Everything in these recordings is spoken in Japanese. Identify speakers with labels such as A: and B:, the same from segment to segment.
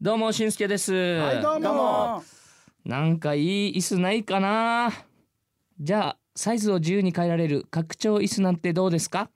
A: どうも、しんすけです。
B: はい、どう
C: どう
B: も
C: も。
A: なんかいい椅子ないかなじゃあ、サイズを自由に変えられる拡張椅子なんてどうですか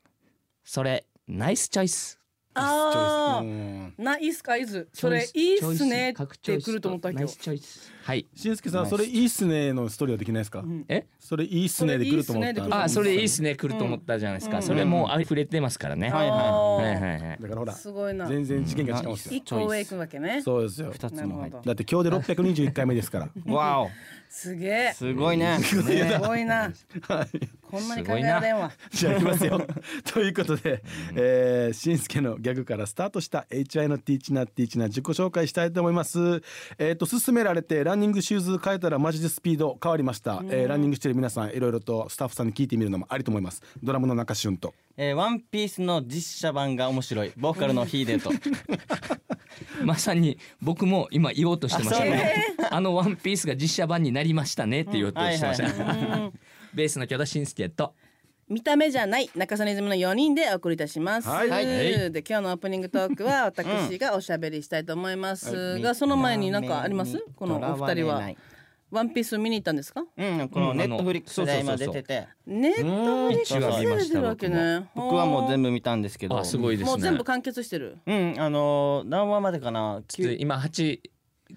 A: それ、ナイスチョイス。
C: あ
B: チョイスうん
C: あ、ないっすか、いず。それ、
A: チ
C: いい
A: ョイ
C: っ
A: ス
C: すね
A: チョイス
C: っ
A: 拡張椅
C: て
A: 子
C: 来ると思った
A: ナ
C: け
A: イ
C: ど
A: ス。チョイス。はい。
B: しんすけさ
A: ナ
B: ん、
A: イス
B: それいいっすねのストーリーはできないですか。
C: ん
A: え
B: それいいっすねで来ると思った
C: それいいっすねで
A: あ、それいいっすね。来
B: ね。
C: 来ると思った
A: ると思ったじゃないですか。
C: うん
A: それもう溢れてますからね。
B: はいは
A: は
B: い
A: いはい
C: あ
A: はい
B: だ。からほ
C: ー
B: ら、
C: すごいな。
B: 全然事件が違うんですよ。
C: 一個上行くわけね。
B: そうですよ。
D: 二つ
C: なる
D: も
C: ほ
D: 入って
C: ど。
B: だって今日で621回目ですから。
D: わお
C: すげえ。
D: すごいねね
C: すごいな。
B: はい。
C: こんなに
A: す
C: 考
A: ご
C: え
A: いな
C: られんわ。
B: じゃあ行きますよ。ということで、えー、しんすけのギャグからスタートした HI のティーチナティーチナ自己紹介したいと思います。えっ、と勧められてランニングシューズ変えたらマジでスピード変わりました。えーランニングしてる皆さんいろいろとスタッフさんに聞いてみるのもありと思います。ドラムの中旬と。
D: えーワンピースの実写版が面白いボーカルのヒーデーと
A: まさに僕も今言おうとしてました
C: あ
A: ね。あのワンピースが実写版になりましたねって言おうとしてまし
D: うん
A: た。ベースの巨田信介と。
C: 見た目じゃない中曽根ズムの4人でお送りいたします。
B: はいはい
C: で今日のオープニングトークは私がおしゃべりしたいと思いますが、その前に何かありますこのお二人は。ワンピース見に行ったんですか
D: うんこのネットフリックスで今出てて
C: ネットフリックス
D: 一話
C: で
D: 見ま
C: 出
D: した
C: てるわけね。
D: 僕はもう全
C: 部
D: 部見たんですけど
A: あ、すごいですね。
C: もう全部完結してる。
D: うんあのー何話までかなきゅう
A: 今8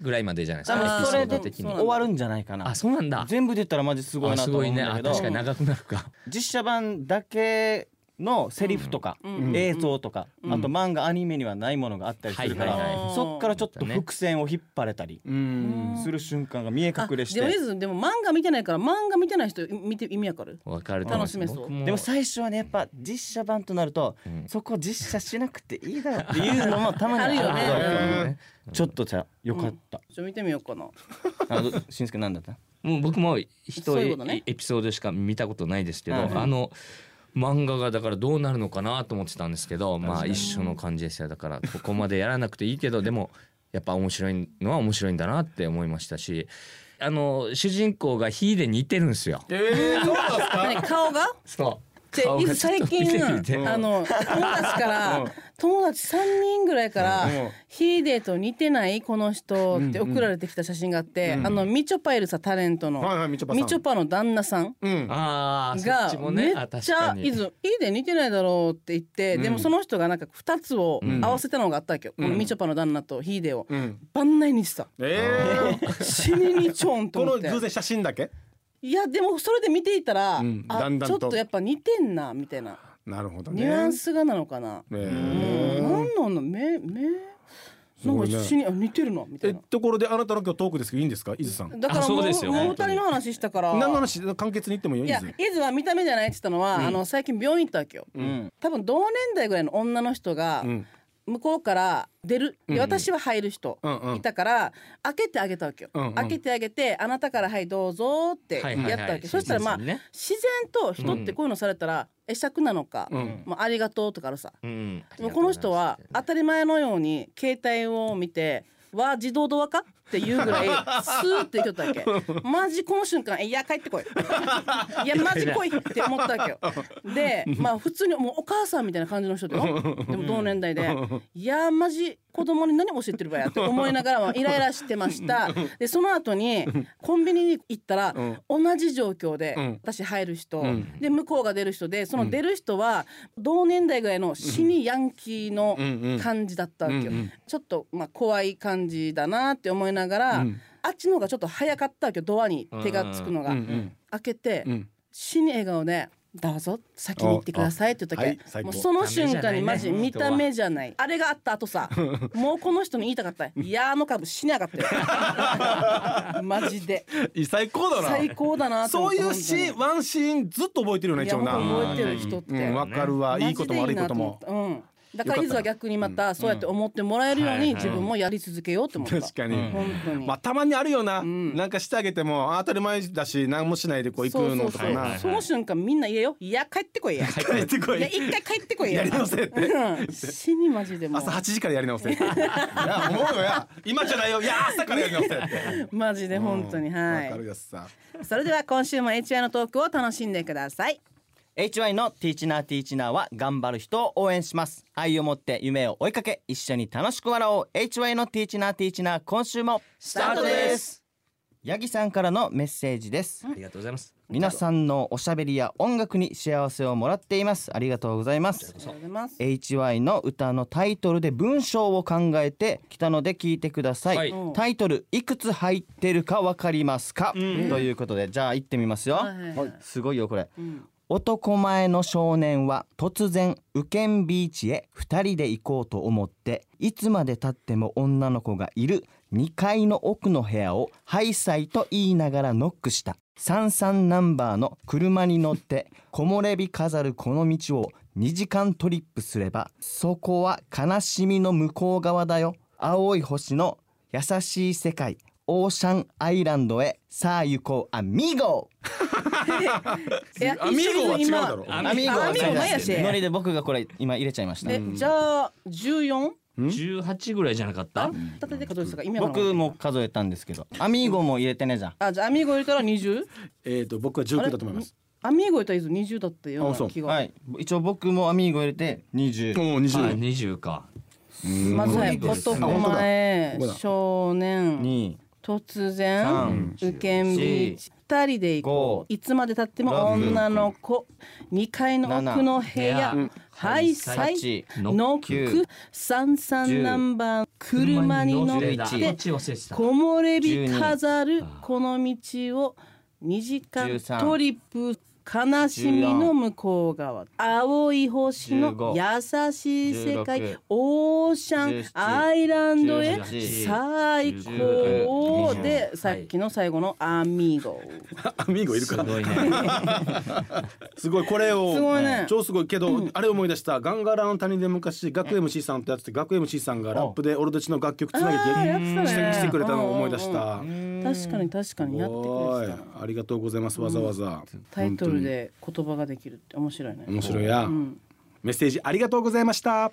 A: ぐらいまでじゃないです
D: 多
A: か。エ
C: あ
D: 分
A: ピ
D: そ
A: ソー
D: れ
A: ド
D: で
A: 的
C: そうなん
A: に。
C: だ
D: 終わるんじゃないかな
A: あ、そうなんだ。
D: 全部出たらマジすごい
A: あ
D: な
A: す
D: と
A: ご
D: 思う
A: い
D: ん
A: ね。
D: だ
A: あ
D: けど
A: 確かに長くなるか。
D: 実写版だけのセリフとか、
C: うん
D: 映像とか、あと漫画アニメにはないものがあったりするから、
A: はいはい
C: はい
D: そっからちょっと伏線を引っ張れたり
B: うん。
D: する瞬間が見え隠れして、
C: あでもいずでも漫画見てないから漫画見てない人見て意味わかる。
A: わかると思います。
C: 楽しめそう
A: 僕も
D: でも最初はねやっぱ実写版となると、
A: ん
D: そこ実写しなくていいだろっていうのもた まにある
C: あるよね
D: うんちょっとじゃあよかった、
C: ちょっと見てみようかな。
D: あのしんすけなんだった
A: もう僕も
C: そ
A: 一
C: ういうことね
A: エピソードしか見たことないですけど、
D: はい
A: あの漫画がだからどうなるのかなと思ってたんですけど、まあ
D: 確かに
A: 一緒の感じですよ。だからここまでやらなくていいけど、でもやっぱ面白いのは面白いんだなって思いましたし、あの主人公がヒーで似てるんですよ。
B: えー、そうなんですか。
C: 何顔が？
A: そう。
C: でいず最近
A: ちょっと似てる似てる
C: あの友達から友達三人ぐらいからヒーデーと似てないこの人って送られてきた写真があって、あのみちょぱいるさタレントの
B: はいはいみちょぱさん
C: みちょぱの旦那さん。
B: うん。
A: ああ、そっ
C: が
A: ちもね、
C: めっ
A: あ確
C: ちゃ
A: か
C: 「
A: に。
C: いずいいで似てないだろう」って言って、でもその人がなんか2つを合わせたのがあったわけよ、このみちょぱの旦那とヒーデーを、
B: うん。
C: 番内にした
B: えー、
C: 死ににちょ んと
B: こ
C: 思っ
B: の
C: て
B: 偶然写真だけ。
C: いやでもそれで見ていたら、
B: うん
C: あ
B: だんだん
C: ちょっ
B: と
C: とやっぱ似てんなみたいな
B: なるほどね。
C: ニュアン。スがなのかな、
B: え
C: うん、
B: ー、
C: なんなんだ目目なん
B: ご
C: か
B: いね
C: 死にあ似てるなみた
B: え
C: いな
B: ところであなたの今日トークですけどいいんですか、伊豆さん。
C: だから
A: あ
C: も
A: そう
C: う
A: ですよ
C: もう二
A: 本当
C: 人
A: に
C: の話したから
B: 何の話簡潔に言ってもいいよ
C: い
B: 伊
C: や
B: 豆。
C: 伊豆は見た目じゃないって言ったのは、あの最近病院行ったわけよ、
D: うん
C: 多分同年代ぐらいの女の人が
B: ん
C: 向こうから出る、で私は入る人
B: うんうん
C: いたから開けてあげたわけよ、
B: うんうん
C: 開けてあげてあなたから「はいどうぞ」ってや
A: は
C: っ
A: いはいはい
C: たわけそしたらまあ
A: 親切にね
C: 自然と人ってこういうのされたら会釈なのか
B: うん
C: 「もうありがとう」とかあるさ
A: うん
C: でもこの人は当たり前のように携帯を見て「わ自動ドアか?」って言うぐらいスーって言っとったわけマジこの瞬間「いや帰ってこい」「いやマジ来い」って思ったわけよでまあ普通にもうお母さんみたいな感じの人でよでも同年代で「いやマジ子供に何教えてるわや」って思いながらもイライラしてましたでその後にコンビニに行ったら
B: ん
C: 同じ状況で
B: うん
C: 私入る人
B: ん
C: で向こうが出る人でその出る人は同年代ぐらいの死にヤンキーの
B: うんうん
C: 感じだったわけよ、
B: うんうん
C: ちょっとまあ怖い感じだなって思いながら、
B: うん
C: あっちの方がちょっと早かったわけどドアに手がつくのが、
B: うんうん
C: 開けて、
B: うん
C: 死に笑顔で「どうぞ先に行ってください」って言った
B: あ
C: っ
B: はい
C: け、
B: 最
C: も
B: 高
C: うその瞬間にマ
A: 見た目じ
C: ジ
A: ゃないね
C: 見た目じゃないあれがあった後 さもうこの人に言いたかった「いやあの株死にやがって よ」マジで
B: い最高だな。
C: 最高だなと思
B: そ
C: っ
B: う
C: て
B: いうシーン、ワンシーンずっと覚えてるよね、
C: い
B: 一
C: や
B: 応な。
C: 本当覚えてる人って、
B: うん、わかるわ、いいことも悪いことも。
C: マジでいいなと思ったうん、だか
B: よかっ
C: ら
B: た
C: 伊豆は逆にまたそうやって思ってもらえるように自分もやり続けようと思った、
B: 確かに。
C: 本当に、
B: まあ、たまにあるよな、なんかしてあげてもあ当たり前だし何もしないでこう行
C: そう
B: く
C: そ
B: のと
C: うそ
B: か
C: う、
B: な
C: その瞬間みんな言えよいや帰ってこいやい
B: 帰ってこい
C: や一回帰ってこいや
B: やり直せって
C: うん死にマジでもう
B: 朝8時からやり直せいや思うよや今じゃないよいや朝からやり直せって
C: マジで 本当に、
B: うんわ
C: は
B: かる
C: い
B: やつさ
C: それでは今週も HI のトークを楽しんでください
D: HY のティーチナーティーチナーは頑張る人を応援します愛を持って夢を追いかけ一緒に楽しく笑おう HY のティーチナーティーチナー今週もス
A: タートです
D: ヤギさんからのメッセージです
A: ありがとうございます
D: 皆さんのおしゃべりや音楽に幸せをもらっていますありがとうございます
C: ありがとうございます
D: HY の歌のタイトルで文章を考えてきたので聞いてください、
A: はい
D: タイトルいくつ入ってるかわかりますか、ということでじゃあ行ってみますよ、
C: はいはいはい
D: すごいよこれ
C: うん
D: 男前の少年は突然ウケンビーチへ2人で行こうと思っていつまでたっても女の子がいる2階の奥の部屋をハイサイと言いながらノックした33ナンバーの車に乗って木漏れ日飾るこの道を2時間トリップすればそこは悲しみの向こう側だよ青い星の優しい世界オーシャンアイランドへさあ行こうアミーゴ
C: いや
B: アミーゴは違うだろ
C: 今
A: ア
D: アミーゴ
C: あアミーゴ前やし
D: ノリで僕がこれ今入れちゃいました
C: えじゃあ十四
A: 18ぐらいじゃなかった
C: あ立てて数えてたか今の
D: 僕も数えたんですけどアミーゴも入れてねじゃん
C: あじゃあアミーゴ入れたら二十
B: えっと僕は19だと思います。
C: アミーゴ入れたら二十だったよう
B: あそ
C: な
B: う
C: 気が
D: はい一応僕もアミーゴ入れて20
B: おお
A: あ
B: 20。
A: 20か
C: まずはい男前
B: ここだ
C: 少年
D: に
C: 突
D: 三
C: 然受験ビーチ二人で行こ
D: 五
C: ういつまでたっても
D: 六
C: 女の子二階の奥の部屋
A: うん
C: はいさい
D: 八
C: ノック
D: 九
C: 三三
D: 十
C: ナンバー車に乗っ
D: 十一
C: て
A: 1忘れてた
C: 木漏れ日
D: 12
C: 飾る
A: あ
C: この道を2時間
D: 13
C: トリップ悲しみの向こう側青い星の優しい世界
D: 16
C: オーシャン
D: 17
C: アイランドへ
A: 18
C: 最高
D: 19
C: でさっきの最後の「アミーゴ
B: アミーゴいる
D: す
B: から。
D: ごいね
B: すごいこれを
C: すごいね
B: 超すごいけど、あれ思い出したガンガラの谷で昔学 MC さんとやってて学 MC さんがラップで俺たちの楽曲」つ
C: あ
B: な
C: ー
B: げ
C: や
B: て
C: ってたね
B: してくれたのを思い出した。
C: うんうん確かに確かにやってくれてた
B: す
C: な
B: ごいありがとうございますわざわざ、
C: タイトルで言葉ができるって面白いね
B: 面白いや、
C: ん
B: メッセージありがとうございました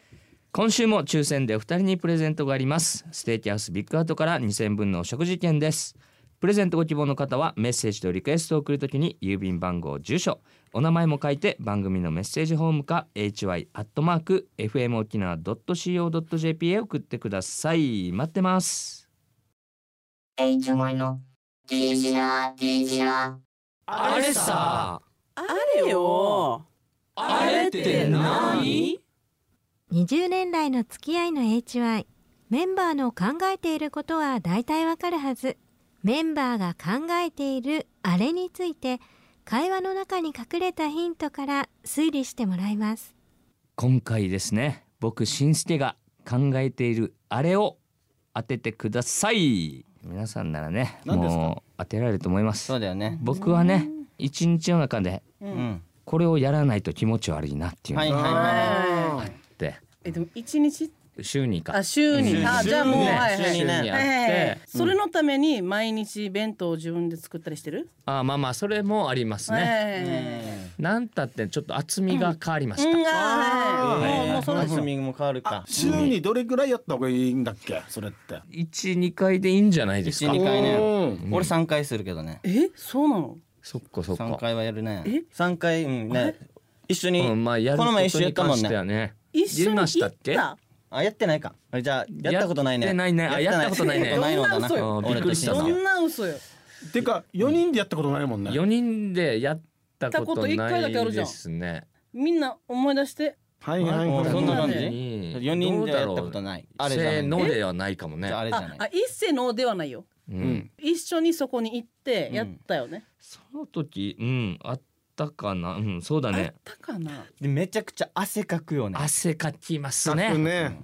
A: 今週も抽選でお二人にプレゼントがありますステーキハウスビッグアウトから2000分のお食事券ですプレゼントご希望の方はメッセージとリクエストを送るときに郵便番号住所お名前も書いて番組のメッセージフォームか hy.fmokinawa.co.jp へ送ってください待ってます
E: HY のティーチナーティーチナー
A: あれさ
C: あれよ
A: あれって何
F: 20年来の付き合いの HY メンバーの考えていることは大体わかるはずメンバーが考えているあれについて会話の中に隠れたヒントから推理してもらいます
A: 今回ですね僕しんすけが考えているあれを当ててください皆さんならね
B: 何ですか
A: もう当てられると思います
D: そうだよね
A: 僕はね一日の中で
D: うん
A: これをやらないと気持ち悪いなっていう
D: はい
A: の
D: はい
A: が
D: は
A: あって
C: えでも一日
A: 週にか
C: あ週にあじゃあもう
D: 週にね
C: はいはい
D: 週にね
A: やって
C: はいはいはいそれのために毎日弁当を自分で作ったりしてる、
A: あまあまあそれもあります
C: はいは
A: ね
C: いはい
A: なんたってちょっと厚みが変わりま
C: う
A: し
C: んあー
D: い
C: はいもうもうそ
D: は
C: れ
D: いスミングも変わるか
B: 週にどれぐらいやった方がいいんだっけそれって
A: た12回でいいんじゃないですか
D: 12二回ね
B: うん
D: 俺3回するけどね
C: えそうなの
A: そっかそっ
D: 3
A: か
D: 回はやるね
C: え
D: 3回うんね一緒に
A: うんまあやるこ
D: ことの
A: に
D: 前
A: 関
D: 一緒やったもん
A: して
D: ね
A: はね
C: 一緒に
A: やりまし
C: 行
A: た
C: っ
A: っけ
C: た
D: あやってないかじゃあやったことないね
A: やってないねあやったことないね
D: ないの
C: ど
D: だ
C: んな嘘
D: な
C: よ
A: あーびっくりした
D: 俺
A: な
C: ど
D: と一緒に
C: んな嘘よ
B: てか4人でやったことないもんね
A: 4人でやったこと
C: やったこと一回
A: な
C: だ
A: い
C: けあるじゃ
A: で
C: ん
A: すね
C: みんな思い出して
B: はいはい
D: あ
B: はい
D: そん
C: そんな
D: な感
C: 感
D: じ
A: 4
D: 4人ではやったことないあれじゃな
A: せー
D: い
A: のではないかもね
D: じゃああれじゃ
C: あ
D: ない
C: あ一世のではないよ
A: う
B: うんん
C: 一緒にそこに行ってやったよね、
A: その時うんあったかなうんそうだ
C: あっ
A: ね
C: たかな
D: でめちゃくちゃ汗かくよね
A: 汗かきます
B: か
A: ね
B: くね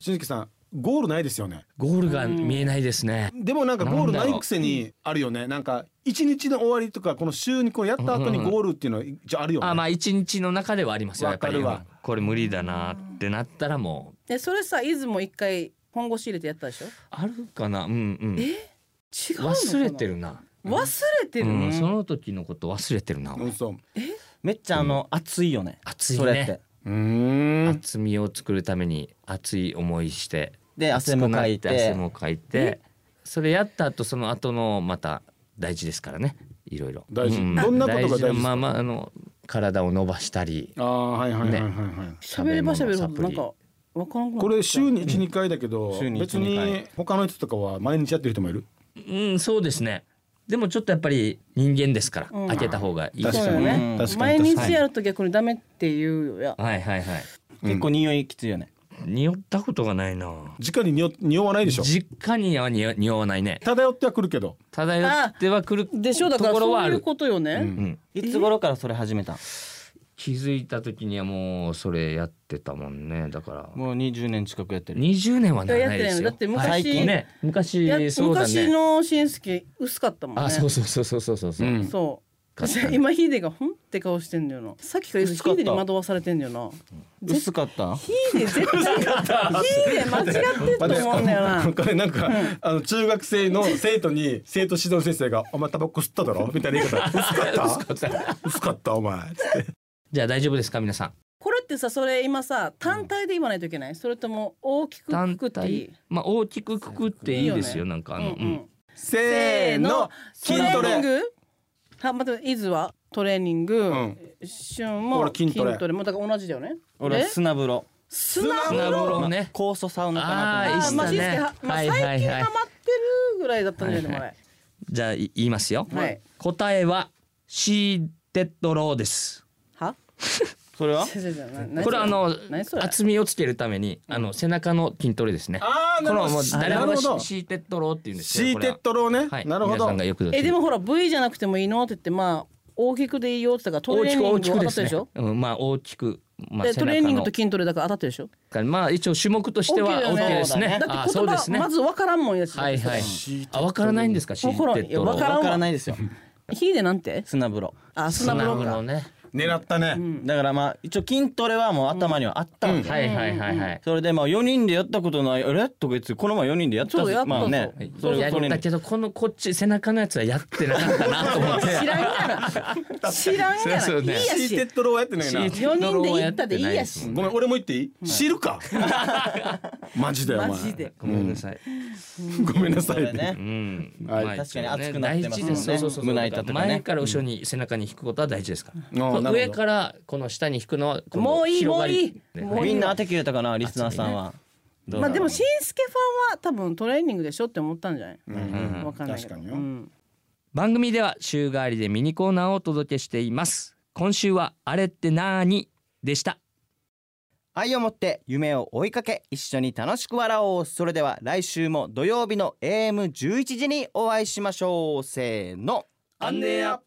B: しんすけさんゴールないですよね
A: ゴールが見えないですね
B: でもなんかゴールないくせにあるよねなんか一日の終わりとかこの週にこうやった後にゴールっていうのはじゃあるよね
A: あまあ一日の中ではありますよやっぱり
B: わかるわ
A: うんこれ無理だなってなったらもう
C: えそれさ出雲一回本腰入れてやったでしょ
A: あるかなうんうん
C: え違うのかな
A: 忘れてるな
C: 忘れてる、
A: うんその時のこと忘れてるな
B: うんそう
D: めっちゃあの熱いよね
A: 熱い
D: それっ
A: ね
D: て
B: うーん
A: 厚みを作るために熱い思いして
D: で汗もかいて
A: 熱くなっ汗もかいてそれやった後その後のまた大事ですからねいろいろ
B: 大事
A: うん
B: どんなことが大事ですか
A: なまあまああの体を伸ばしたり
B: ああはいはいはいはいはい、
C: 喋れば喋るほ
A: 食べ
C: ど
A: 物
C: なんかわからんくなってきた
B: これ週に12回だけど、
D: 週に1
B: 別
D: 2回
B: に他の人とかは毎日やってる人もいる
A: うんそうですねでもちょっとやっぱり人間ですから、
C: うん
A: 開けた方がいいで
B: 確
A: すよ
B: か
C: そう
B: に
C: よ
B: ね
D: ね
B: 確かに
C: 毎
B: 確かに
C: 日やると逆にダメっていうよや
A: はいはいはい
D: 結構匂いきついよね。
A: 匂ったことがないな
B: 直に匂匂わないでしょ
A: 実家には匂匂わないね
B: 漂ってはくるけど
A: 漂ってはくる
C: でしょだか
A: と
C: ら
A: ころは
C: そ
A: あ
C: ういう
A: る
C: ことよね、
A: うん
D: いつ頃からそれ始めたん？
A: 気づいた時にはもうそれやってたもんねだから
D: もう20年近くやってる。
A: 20年はならないですよ
C: やってないのだって昔
A: はい最近ね
C: いや
A: 昔そうだ
C: 昔
A: ね
C: のしんすけ薄かったもんね
A: あそうそうそうそうそうそうそう、
B: うん
C: そう
A: 確
C: 私
A: かに
C: 今ヒデがほんって顔してんだよなさっきからヒ
D: 薄かった
C: デに惑わされてんだ よな
D: 薄かった？
C: ヒデ絶対ヒデ間違ってると思うんだよな
B: これなんか、あの中学生の生徒に生徒指導の先生が「お前タバコ吸っただろ?」みたいな言い方「薄かった薄かったお前」つって
A: じゃあ大丈夫ですか皆さん
C: これってさそれ今さ単体で言わないといけないそれとも大きくく
A: 単
C: くっていい
A: 体まあ大きくくくっていいですよ
C: いいよね
A: なんかあ
C: う
A: の、うん
C: ん
B: せーの
C: ト
B: 筋
C: レ
B: ト
C: ーニン
B: レ
C: グはまた伊豆はトレーニング、
B: ん
C: 旬も
B: 俺筋
C: 筋
B: ト
C: ト
B: レ
C: レもうだから同じだよね
D: 俺
C: え
D: 砂風呂。
C: 砂
A: 砂風呂ね
D: 酵素サウナかなと
A: あ
D: 思
A: ー
D: っ
A: いい
D: た
A: っすね
C: まあ紳助はまあ
A: はいはいはい
C: 最近ハマってるぐらいだったんだよね、
A: は
C: はい
A: はじゃあい言いますよ、
C: はい
A: 答えはシーデッドローです
C: は
D: それは？
C: 先生じゃない何
A: これあの
C: 何それ
A: 厚みをつけるためにあの背中の筋トレですね
B: あー
A: こ
B: な
A: れ
B: る
A: は
B: ほ
A: も
B: ど
A: う誰も
B: な
A: が
B: るほど
A: シーテッドローっていうんです
B: シーテッドローね、
A: はい
B: なるほ
A: 皆
B: ど
A: さんがよく
C: えでもほら V じゃなくてもいいのって言ってまあ大きくでいいよって言ったからト
A: 大
C: レー
A: き
C: ニン
A: く
C: グ
A: 大きくで
C: 当たった
A: す
C: で
A: ね
C: しょ、
A: うん、まあ大きく、まあ、
C: でトレーニングと
A: 背中
C: 筋トレだから当たってるでしょ
A: のまあ一応種目としては
C: OK だよね
A: OK ですね
C: だ
A: あー
C: って
A: そう
C: 言
A: です
C: 葉
A: ね
C: まずわからんもんやし
A: はいはい
B: シーテッド
A: あわからないんですかシー
C: わから
A: テ
C: んい
A: ッ
C: や
A: ドロ
C: わから
A: ー
C: ん
D: わからないですよ。
C: ヒーでなんて
D: 砂風呂。
C: あ
A: 砂
C: 砂
A: 風
C: 風呂
A: 呂
C: か
A: ね
B: 狙ったね、
D: だからまあ一応筋トレはもう頭にはあったわけよ
A: はいはいはいはい、
D: それでまあ4人でやったことないあれとか言ってこの前4人でやった
C: そうやった
D: まあね
C: そう
D: それ
A: や
D: がこれ
A: ったけどこのこっち背中のやつはやってなかったなと 思って
C: 知らん やら知らんや
A: そう
C: ら
A: そう
C: いい
A: ね
C: や
B: シーテ
C: し
B: ッドローはやってないな
A: シーテッ
C: 4人で行ったでいいやし
B: ごめん俺も言っていい、知るかマジでお前
C: マジで
A: ごめんなさい、
B: ごめんなさい
D: それね
A: うん
B: はい
A: まあ
D: 確かに熱くなってます
A: 大
D: もんね
A: 事ですそうそうそう
D: 胸板とかね
A: 前から後ろに背中に引くことは大事ですから、
B: んあーなるほど
A: 上からこの下に引くのはこの
C: もういい
A: 広がり
C: もういい
A: ね
C: もういい
D: みんな当て切れたかなリスナーさんは、どう
C: まあ
D: だろう
C: でもしんすけファンは多分トレーニングでしょって思ったんじゃない、
A: ん
C: わかんない
B: 確
C: けど
B: かによ
C: うん
A: 番組では週替わりでミニコーナーをお届けしています今週はあれってなーにでした
D: 愛を持って夢を追いかけ一緒に楽しく笑おうそれでは来週も土曜日の AM11 時にお会いしましょうせーの
A: アンネや